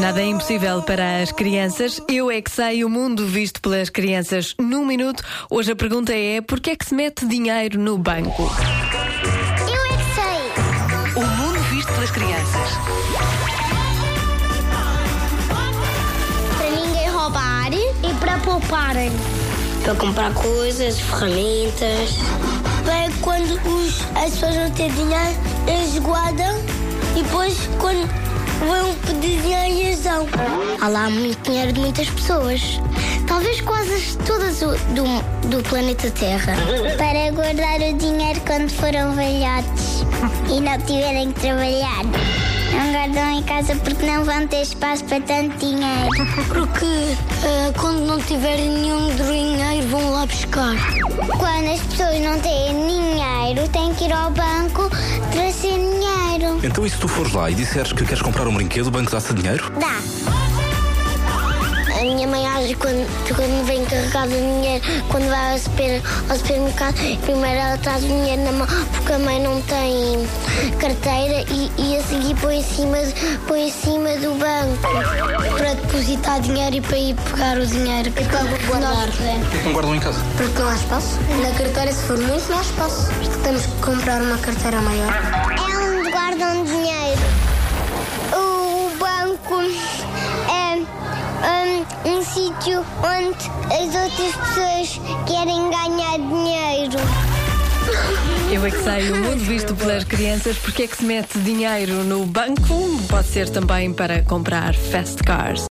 Nada é impossível para as crianças. Eu é que sei o mundo visto pelas crianças num minuto. Hoje a pergunta é: por que é que se mete dinheiro no banco? Eu é que sei! O mundo visto pelas crianças. Para ninguém roubar e para pouparem. para comprar coisas, ferramentas. Para quando os, as pessoas não têm dinheiro, eles guardam e depois quando vão pedir dinheiro, eles dão. Há lá muito dinheiro de muitas pessoas. Talvez quase todas do, do, planeta Terra. Para guardar o dinheiro quando foram velhotes e não tiverem que trabalhar. Não guardam em casa porque não vão ter espaço para tanto dinheiro. Porque eh, quando não tiverem nenhum dinheiro vão lá buscar. Quando as pessoas não têm dinheiro, têm que ir ao banco trazer dinheiro. Então, e se tu fores lá e disseres que queres comprar um brinquedo, o banco dá-te dinheiro? Dá. A minha mãe age quando, quando vem carregada de dinheiro, quando vai ao, super, ao supermercado, primeiro ela traz o dinheiro na mão porque a mãe não tem carteira e, e a seguir põe em, cima, põe em cima do banco. Para depositar dinheiro e para ir pegar o dinheiro que, para guardar. Por que é que não guardam em casa? Porque não há espaço. Na carteira, se for muito, não há espaço. Temos que comprar uma carteira maior. É onde guardam dinheiro. O banco é um, um sítio onde as outras pessoas querem ganhar dinheiro. Eu é que sei o mundo visto pelas crianças. Por que é que se mete dinheiro no banco? Pode ser também para comprar fast cars.